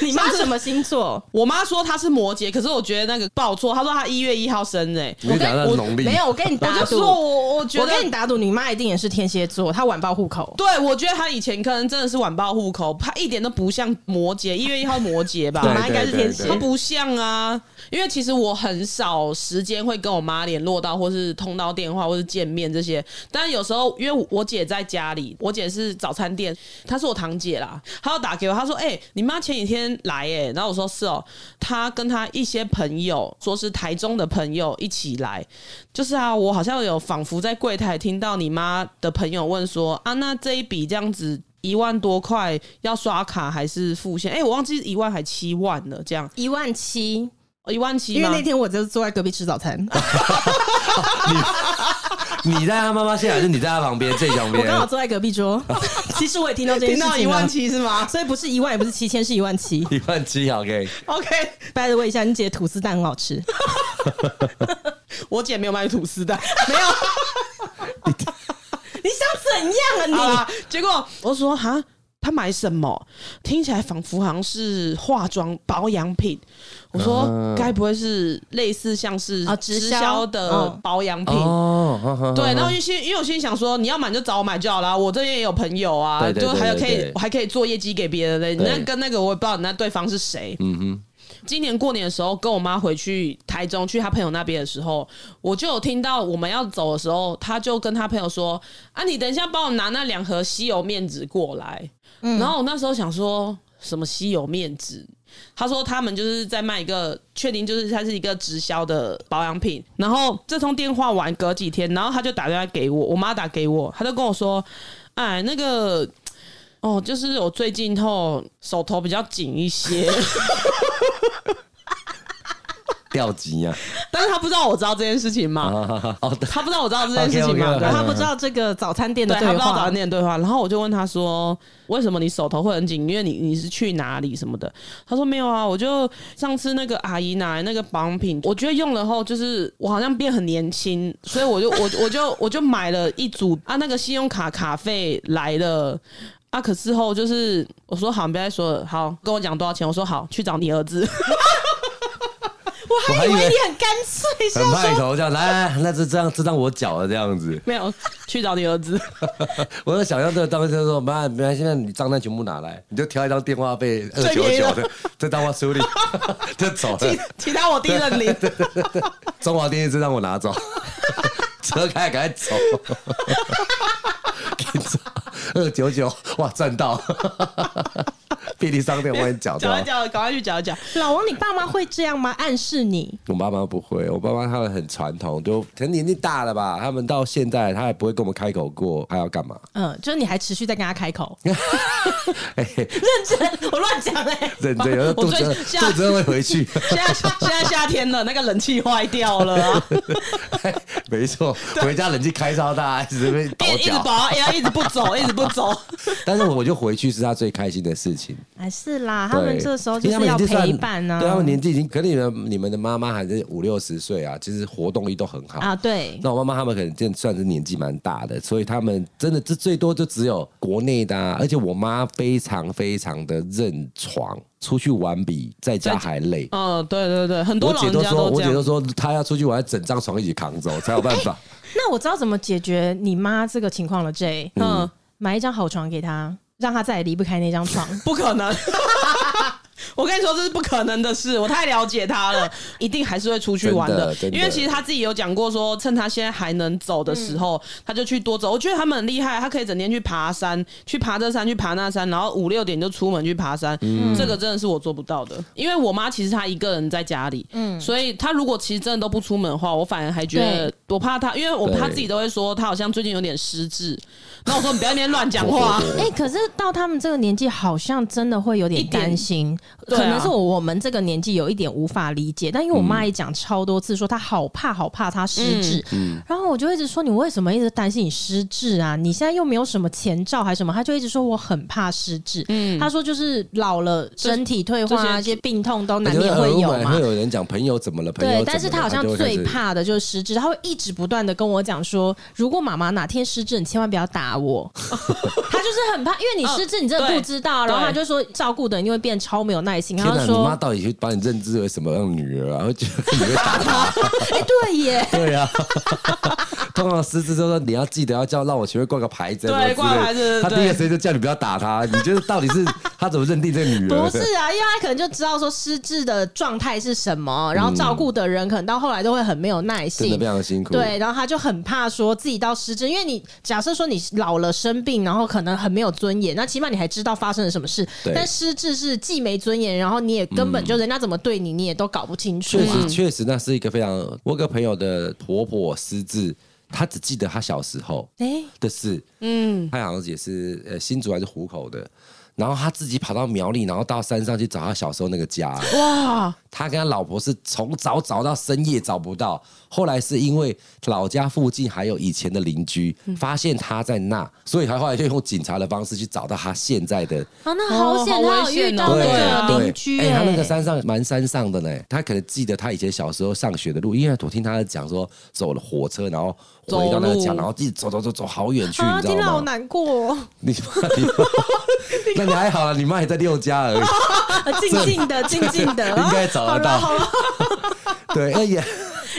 Speaker 1: 你妈什么星座？
Speaker 2: 我妈说她是摩羯，可是我觉得那个报错，她说她一月一号生日、欸，
Speaker 4: 你讲到农历
Speaker 1: 没有，我跟你
Speaker 2: 我
Speaker 1: 打
Speaker 2: 就
Speaker 1: 赌，
Speaker 2: 说我我觉
Speaker 1: 我
Speaker 2: 得
Speaker 1: 跟你打赌，你妈一定也是天蝎座，她晚报户口。
Speaker 2: 对，我觉得他以前可能真的是晚报户口，他一点都不像摩羯，一月一号摩羯 吧，
Speaker 4: 对
Speaker 1: 我妈应该是天蝎
Speaker 4: 对
Speaker 2: 他不像啊。因为其实我很少时间会跟我妈联络到，或是通到电话，或是见面这些。但是有时候，因为我姐在家里，我姐是早餐店，她是我堂姐啦，她要打给我，她说：“哎、你妈前几天来哎、然后我说：“是哦。”她跟她一些朋友，说是台中的朋友一起来，就是啊，我好像有仿佛在柜台听到你妈的朋友问说啊，那这一笔这样子一万多块要刷卡还是付现？哎、我忘记一万还七万了，这样
Speaker 1: 一万七，哦
Speaker 2: 一万七
Speaker 1: 因为
Speaker 2: 吗
Speaker 1: 那？天我就是坐在隔壁吃早餐，
Speaker 4: 你在他妈妈现在还是你在他旁边最旁
Speaker 1: 我
Speaker 4: 边？
Speaker 1: 刚好坐在隔壁 桌。其实我也听到这件
Speaker 2: 听
Speaker 1: 事情
Speaker 2: 到
Speaker 1: 了
Speaker 2: 一万，七是吗
Speaker 1: 所以不是一万，也不是七千，是一万 七。
Speaker 4: 一万七，OK，
Speaker 2: ？OK，
Speaker 1: 拜了我一下，你姐吐司蛋很好 吃，
Speaker 2: 我姐没有卖吐司 蛋，没有。
Speaker 1: 你想怎样
Speaker 2: 好
Speaker 1: 啊
Speaker 2: 啦，结果我说哈，他买什么？听起来仿佛好像是化妆保养品。我说
Speaker 4: 嗯
Speaker 2: 该不会是类似像是
Speaker 1: 啊直
Speaker 2: 直
Speaker 1: 销
Speaker 2: 销的
Speaker 1: 嗯
Speaker 2: 保养品？
Speaker 4: 哦，
Speaker 2: 对，然后一些因为我心里想说，你要买就找我买就好啦，我这边也有朋友啊，
Speaker 4: 对对对
Speaker 2: 就还有可
Speaker 4: 对
Speaker 2: 以
Speaker 4: 对
Speaker 2: 我还可以做业绩给别人嘞。你
Speaker 4: 对
Speaker 2: 那跟那个我也不知道，你那对方是谁。
Speaker 4: 嗯哼，
Speaker 2: 今年过年的时候，跟我妈回去台中去她朋友那边的时候，我就有听到我们要走的时候，她就跟她朋友说：“啊，你等一下帮我拿那两盒吸油面纸过来。然后我那时候想说什么吸油面纸。她说他们就是在卖一个，确定就是它是一个直销的保养品。然后这通电话完隔几天，然后她就打电话给我，我妈打给我，她就跟我说：“哎，那个哦，就是我最近后手头比较紧一些。”
Speaker 4: 掉级啊！
Speaker 2: 但是他不知道我知道这件事情嘛，
Speaker 4: 哦，
Speaker 2: 他不知道我知道这件事情嘛，
Speaker 4: OK，OK，OK
Speaker 2: 对
Speaker 1: 你？他不知道这个早餐店的
Speaker 2: 对，他不知道早
Speaker 1: 话
Speaker 2: 餐，店对话。然后我就问他说：“为什么你手头会很紧？因为你你是去哪里什么的？”他说：“没有啊，我就上次那个阿姨拿来那个保养品，我觉得用了后就是我好像变很年轻，所以我就我我就我就买了一组啊，那个信用卡卡费来了。”啊！可是后就是我说好，你不要再说了。好，跟我讲多少钱？我说好，去找你儿子。
Speaker 1: 我还以为你很干脆，是
Speaker 4: 很
Speaker 1: 要
Speaker 4: 派
Speaker 1: 说
Speaker 4: 头这样，来，来那这这样，这张我缴了这样 子。
Speaker 2: 没有，去找你儿 子。
Speaker 4: 我在想象这个当时就说，妈，没关系，那你账单全部拿来，你就挑一张电话费二九九的，这张我 处理，就走了
Speaker 2: 其。其他我第一任 领。
Speaker 4: 中华电信这张我拿走， 车开赶快走。 给你走二九九，哇，赚到！ 便利商店我帮你缴
Speaker 2: 讲一
Speaker 4: 掉。
Speaker 2: 讲，赶快去讲一讲。
Speaker 1: 老王，你爸妈会这样吗？暗示你，
Speaker 4: 我爸妈不会，我爸妈他们很传统，就可能年纪大了吧，他们到现在他也不会跟我们开口过，他要干嘛？
Speaker 1: 嗯，就是你还持续在跟他开口，
Speaker 4: 嘿嘿
Speaker 1: 认真，我乱讲 哎，
Speaker 4: 认真，有时候
Speaker 2: 我
Speaker 4: 肚
Speaker 2: 最
Speaker 4: 子饿
Speaker 2: 下
Speaker 4: 肚子饿会回 去。
Speaker 2: 现在现在夏天了，那个冷气坏掉了、啊，
Speaker 4: 哎没错，回家冷气开超大，一直被倒
Speaker 2: 一一直
Speaker 4: 脚。
Speaker 2: 保，要一直不走，一直不 走。
Speaker 4: 但是我就回去是他最开心的事情。
Speaker 1: 还啊是啦，
Speaker 4: 对
Speaker 1: 他们这时候就
Speaker 4: 因
Speaker 1: 是
Speaker 4: 为他
Speaker 1: 要
Speaker 4: 们已经算
Speaker 1: 陪伴啊呢，
Speaker 4: 对，他们年纪已经，可能你们你们的妈妈还是五六十岁啊，其实活动力都很好。
Speaker 1: 啊，对，
Speaker 4: 那我妈妈他们可能真的算是年纪蛮大的，所以他们真的这最多就只有国内的、啊，而且我妈非常非常的认床，出去玩比在家还累。
Speaker 2: 嗯，对对对，很多
Speaker 4: 我
Speaker 2: 老
Speaker 4: 姐
Speaker 2: 人
Speaker 4: 都
Speaker 2: 家
Speaker 4: 说，
Speaker 2: 都
Speaker 4: 我
Speaker 2: 这
Speaker 4: 姐都
Speaker 2: 样。
Speaker 4: 说她要出去玩，要整张床一起扛走才有办 法。
Speaker 1: 那我知道怎么解决你妈这个情况了，J，
Speaker 2: 嗯，
Speaker 1: 买一张好床给她，让她再也离不开那张床。
Speaker 2: 不可能。我跟你说这是不可能的事，我太了解他 了，一定还是会出去玩的。
Speaker 4: 真的真的
Speaker 2: 因为其实他自己有讲过说趁他现在还能走的时候，
Speaker 4: 嗯
Speaker 2: 他就去多走。我觉得他们很厉害，他可以整天去爬山，去爬这山，去爬那山，然后五六点就出门去爬山。
Speaker 4: 嗯
Speaker 2: 这个真的是我做不到的，因为我妈其实她一个人在家里，所以她如果其实真的都不出门的话，我反而还觉得
Speaker 1: 对
Speaker 2: 我怕她，因为我怕
Speaker 4: 对
Speaker 2: 自己都会说她好像最近有点失智。那我说你不要在那边乱讲话、
Speaker 1: 哎、可是到他们这个年纪，好像真的会有点担心，
Speaker 2: 对啊
Speaker 1: 可能是我我们这个年纪有一点无法理解。但因为我
Speaker 2: 嗯
Speaker 1: 妈也讲超多次，说她好怕好怕她失智，
Speaker 2: 嗯
Speaker 1: 然后我就一直说你为什么一直担心你失智啊？你现在又没有什么前兆还是什么？她就一直说我很怕失智。她说就是老了身体退化啊，
Speaker 2: 嗯这
Speaker 1: 这
Speaker 2: 些
Speaker 1: 些病痛都
Speaker 4: 而
Speaker 1: 难
Speaker 4: 且
Speaker 1: 免会有嘛
Speaker 4: 会。有人讲朋友怎么了，朋友
Speaker 1: 对
Speaker 4: 怎么，了
Speaker 1: 但是他好像最，怕的就是失智，他会一直不断的跟我讲说，如果妈妈哪天失智，你千万不要打我。 他就是很怕，因为你失智，你真的不知道，
Speaker 2: 哦对
Speaker 1: 然后他就说照顾的人就会变超没有耐心，
Speaker 4: 他
Speaker 1: 然
Speaker 4: 就
Speaker 1: 后
Speaker 4: 开始天
Speaker 1: 他
Speaker 4: 哪，你妈
Speaker 1: 说，
Speaker 4: 到底去把你认知为什么样的女儿啊？ 会觉得你会打她
Speaker 1: 哎、对 耶，
Speaker 4: 对啊，通常狮子就说你要记得要叫让我学会挂个牌子，啊
Speaker 2: 对
Speaker 4: 什么之类的
Speaker 2: 挂牌子
Speaker 4: 他
Speaker 2: 对
Speaker 4: 第一个时间就叫你不要打他，你就是到底是他怎么认定这个女
Speaker 1: 不
Speaker 4: 儿？
Speaker 1: 是啊，因为他可能就知道说失智的状态是什么，然后照顾的人可能到后来都会很没有耐
Speaker 4: 嗯真的
Speaker 1: 性
Speaker 4: 非。常辛苦。
Speaker 1: 对，，然后他就很怕说自己到失智，因为你假设说你老了生病，然后可能很没有尊严，那起码你还知道发生了什么事。
Speaker 4: 对
Speaker 1: 但失智是既没尊严，然后你也根本就人家怎么对你，你也都搞不清楚
Speaker 4: 确
Speaker 1: 嘛。
Speaker 4: 实确实那是一个非常，我有个朋友的婆婆狮子，她只记得她小时候
Speaker 1: 哎，
Speaker 4: 的事，嗯，她好像也是呃新竹还是湖口的。然后她自己跑到苗栗，然后到山上去找她小时候那个家。
Speaker 2: 哇，
Speaker 4: 他跟他老婆是从早找到深夜找不到，后来是因为老家附近还有以前的邻居
Speaker 2: 嗯
Speaker 4: 发现他在那，所以他后来就用警察的方式去找到他现在的
Speaker 1: 啊，那
Speaker 2: 哦
Speaker 1: 好险，
Speaker 2: 好
Speaker 1: 他
Speaker 2: 危
Speaker 1: 有
Speaker 2: 险
Speaker 1: 遇
Speaker 2: 哦
Speaker 1: 到那
Speaker 2: 对
Speaker 1: 个
Speaker 2: 啊
Speaker 1: 邻居、
Speaker 4: 哎、
Speaker 1: 哎，
Speaker 4: 他那个山上蛮山上的呢，他可能记得他以前小时候上学的路，因为我听他讲说走了火车，然后回到那个
Speaker 2: 走
Speaker 4: 家，
Speaker 2: 路
Speaker 4: 然后自己走走走走好远去，
Speaker 1: 啊，
Speaker 4: 你知
Speaker 1: 听了
Speaker 4: 道
Speaker 1: 好
Speaker 4: 吗？
Speaker 1: 难过、哦，
Speaker 4: 你妈，你妈 那你还好了，你妈也在六家 而已。
Speaker 1: 啊静静的，静静的，
Speaker 4: 应该找得到
Speaker 1: 啊 好了好了
Speaker 4: 对，哎呀，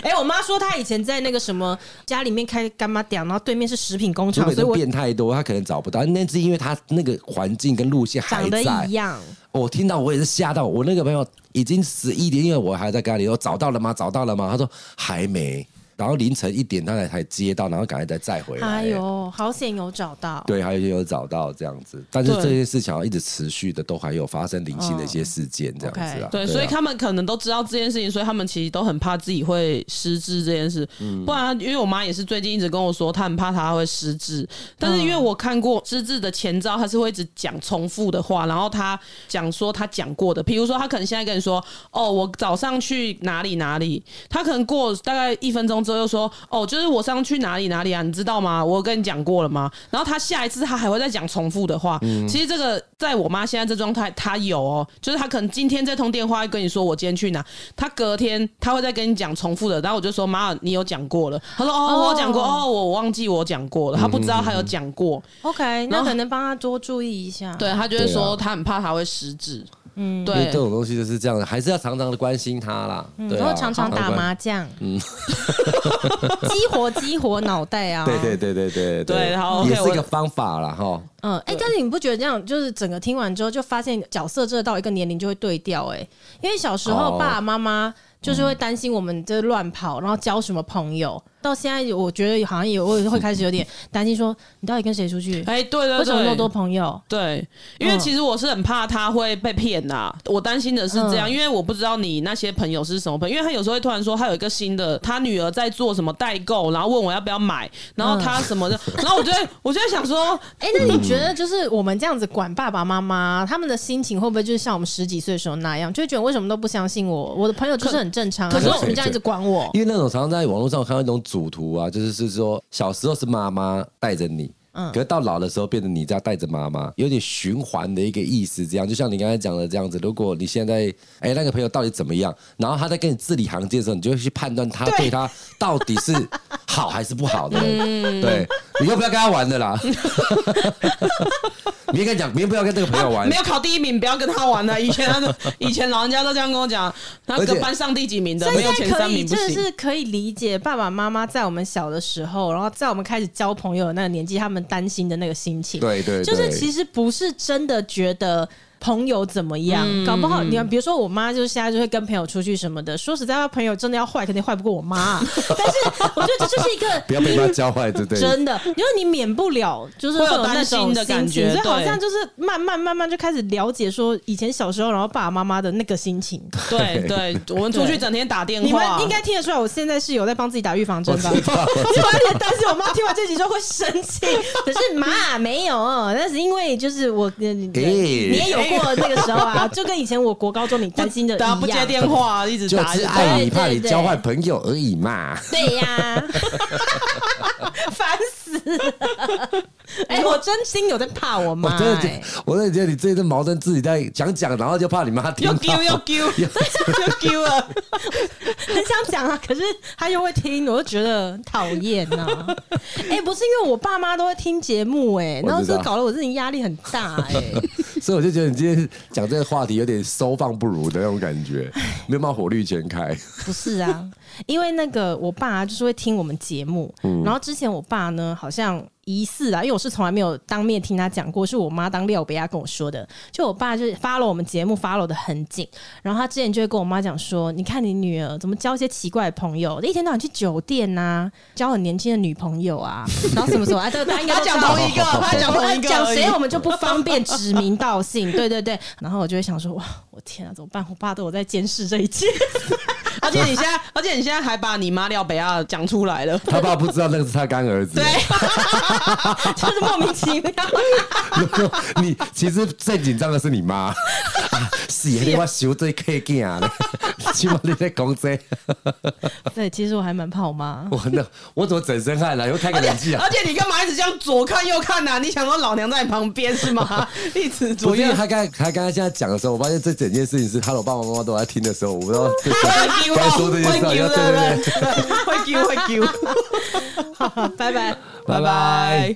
Speaker 1: 哎、我妈说她以前在那个什么家里面开干妈店，然后对面是食品工
Speaker 4: 除
Speaker 1: 厂，
Speaker 4: 非
Speaker 1: 所以
Speaker 4: 都
Speaker 1: 我
Speaker 4: 变太多，他可能找不到。那是因为他那个环境跟路线还
Speaker 1: 长得
Speaker 4: 在哦
Speaker 1: 一。样。
Speaker 4: 我听到我也是吓到，我那个朋友已经十一点，因为我还在跟他联络，找到了吗？找到了吗？他说还没。然后凌晨一点他才才接到，然后赶快再载回来。
Speaker 1: 哎呦，好险有找到。
Speaker 4: 对，还有有找到这样子，但是
Speaker 2: 对
Speaker 4: 这件事情好像一直持续的，都还有发生零星的一些事件这样子啊。
Speaker 2: 对，
Speaker 4: 啊
Speaker 2: 所以他们可能都知道这件事情，所以他们其实都很怕自己会失智这件事。不然，因为我妈也是最近一直跟我说，她很怕她会失智，但是因为我看过失智的前兆，她是会一直讲重复的话，然后她讲说她讲过的，比如说她可能现在跟你说，哦，我早上去哪里哪里，她可能过大概一分钟之后又说，哦，就是我上去哪里哪里啊，你知道吗？我跟你讲过了吗？然后她下一次她还会再讲重复的话。
Speaker 4: 嗯
Speaker 2: 其实这个在我妈现在这状态，她有哦，就是她可能今天这通电话跟你说我今天去哪，她隔天她会再跟你讲重复的，然后我就说妈，你有讲过了。她说哦，我有讲过，哦，我忘记我讲过了，她不知道她有讲过，
Speaker 1: OK，
Speaker 2: 然
Speaker 1: 那
Speaker 2: 后
Speaker 1: 可能帮她多注意一下。
Speaker 2: 对她就会
Speaker 4: 嗯对
Speaker 2: 说
Speaker 4: 啊
Speaker 2: 她很怕她会失智，嗯，
Speaker 4: 因为
Speaker 2: 对
Speaker 4: 这。种东西就是这样的，还是要常常的关心他啦。对
Speaker 1: 嗯然
Speaker 4: 啊，
Speaker 1: 后常常打
Speaker 4: 关
Speaker 1: 麻将，
Speaker 4: 嗯
Speaker 1: 激活激活脑袋啊！
Speaker 4: 对对对对对
Speaker 2: 对好
Speaker 4: 也
Speaker 2: OK，
Speaker 4: 是一
Speaker 2: 我
Speaker 4: 个方法啦哈。
Speaker 1: 嗯，哎、但是你不觉得这样，就是整个听完之后，就发现角色真的到一个年龄就会对调，哎，因为小时候
Speaker 4: 哦
Speaker 1: 爸爸妈妈就是会担心我们这乱跑，然后交什么朋友，到现在我觉得好像也会会开始有点担心说你到底跟谁出去，
Speaker 2: 哎、对对对，
Speaker 1: 为什么那么多朋友？
Speaker 2: 对，因
Speaker 4: 嗯
Speaker 2: 为其实我是很怕他会被骗呐、我担心的是这样，
Speaker 1: 嗯
Speaker 2: 因为我不知道你那些朋友是什么朋友，因为他有时候会突然说他有一个新的，他女儿在做什么代购，然后问我要不要买，然后
Speaker 4: 嗯
Speaker 2: 他什么的，然后我就会我就会想说，
Speaker 1: 哎、那你觉得就是我们这样子管爸爸妈妈，他们的心情会不会就是像我们十几岁的时候那样，就会觉得为什么都不相信我？我的朋友就是很正常、啊，
Speaker 2: 可可是
Speaker 1: 为什么这样一直管我？
Speaker 4: 因为那种常常在网络上我看到一种主图啊，就是是说小时候是妈妈带着你。
Speaker 2: 嗯
Speaker 4: 可是到老的时候，变成你在带着妈妈，有点循环的一个意思。这样，就像你刚才讲的这样子，如果你现在哎、那个朋友到底怎么样，然后他在跟你字里行间的时候，你就会去判断他对他到底 是好还是不好的。
Speaker 2: 嗯
Speaker 4: 对，你又不要跟他玩 的啦。 明天跟你讲，明天不要跟这个朋友玩
Speaker 2: 没。有考第一名，不要跟他玩啊了。以前他的以前老人家都这样跟我讲，他
Speaker 4: 而且
Speaker 2: 跟班上第几名的
Speaker 1: 所
Speaker 2: 没
Speaker 1: 以
Speaker 2: 有
Speaker 1: 现
Speaker 2: 前
Speaker 1: 在可
Speaker 2: 三
Speaker 1: 以，
Speaker 2: 名不
Speaker 1: 真 的
Speaker 2: 行。
Speaker 1: 是可以理解爸爸妈妈在我们小的时候，然后在我们开始交朋友的那个年纪，他们担心的那个心情。
Speaker 4: 对对对
Speaker 1: 就是其实不是真的觉得。朋友怎么样，
Speaker 2: 嗯
Speaker 1: 搞不好你看，比如说我妈就是现在就会跟朋友出去什么的，说实在话，朋友真的要坏，肯定坏不过我妈啊、 但是我觉得这就是一个
Speaker 4: 不要被他教坏，对不对？
Speaker 1: 真的，因为你免不了就是
Speaker 2: 会有
Speaker 1: 有那
Speaker 2: 担
Speaker 1: 种
Speaker 2: 心的感
Speaker 1: 心情
Speaker 2: 觉
Speaker 1: 所以好
Speaker 2: 对
Speaker 1: 像就是慢慢慢慢就开始了解说以前小时候，然后爸爸妈妈的那个心情。
Speaker 2: 对对，我们出去整天打电话，
Speaker 1: 你们应该听得出来，我现在是有在帮自己打预防针吧？ 我就有点担心我妈听完这集之后会生气。可是妈没有，那是因为就是我，呃你
Speaker 4: 哎
Speaker 1: 你也有过那个时候啊，就跟以前我国高中你担心的一
Speaker 2: 打
Speaker 1: 样。
Speaker 2: 不接电话，一直
Speaker 4: 就
Speaker 2: 打，一
Speaker 4: 是
Speaker 2: 直打
Speaker 4: 爱你，
Speaker 1: 对
Speaker 4: 怕
Speaker 1: 对
Speaker 4: 你
Speaker 1: 对
Speaker 4: 交坏朋友而已嘛。
Speaker 1: 对 呀，烦死了！哎、我真心有在怕我
Speaker 4: 我
Speaker 1: 妈、
Speaker 4: 真的觉
Speaker 1: 哎
Speaker 4: 得，我真的觉得你这些矛盾自己在讲讲，然后就怕你妈听
Speaker 2: 又
Speaker 4: 到
Speaker 2: 丢。又丢又丢了，
Speaker 1: 很想讲啊，可是他又会听，我就觉得很讨厌呐。 哎、不是因为我爸妈都会听节目、哎，
Speaker 4: 我知道
Speaker 1: 然后这搞得我自己压力很大、哎，
Speaker 4: 所以我就觉得你今天讲这个话题有点收放不如的那种感 觉，没有办法火力全开。
Speaker 1: 不是啊，因为那个我爸、就是会听我们节目，然后之前我爸呢好像。疑似啊，因为我是从来没有当面听他讲过，是我妈当廖北亚跟我说的。就我爸就是发了我们节目发了的很紧，然后他之前就会跟我妈讲说：“你看你女儿怎么交一些奇怪的朋友，一天到晚去酒店呐、交很年轻的女朋友啊，然后什么什么啊，这个大家应该
Speaker 2: 他
Speaker 1: 都知道
Speaker 2: 讲同一个，他讲同一个，
Speaker 1: 讲谁我？们就不方便指名道姓，对对对。然后我就会想说，哇，我天啊，怎么办？我爸都有在监视这一切，
Speaker 2: 而且你现在，而且你现在还把你妈廖北亚讲出来了，
Speaker 4: 他爸不知道那个是他干儿子。
Speaker 1: 就是莫名其妙。
Speaker 4: 你其实最紧张的是你 妈，啊是啊你我修最 K 劲啊，起码你在讲这个，
Speaker 1: 对，其实我还蛮怕我妈。
Speaker 4: 我那我怎么整身汗了？又开个
Speaker 2: 而且
Speaker 4: 冷气啊！
Speaker 2: 而且你干嘛一直这样左看右看呐、啊？你想说老娘在你旁边是吗？一直
Speaker 4: 不
Speaker 2: 左
Speaker 4: 是因
Speaker 2: 右
Speaker 4: 为。他刚才他刚才现在讲的时候，我发现这整件事情是他的我爸爸妈妈都在听的时候，我不知道
Speaker 2: 会丢
Speaker 4: 该说这件事
Speaker 2: 会
Speaker 4: 情。
Speaker 2: 丢
Speaker 4: 对对对，
Speaker 2: 的，会丢会丢。
Speaker 1: 拜拜。
Speaker 4: 拜拜。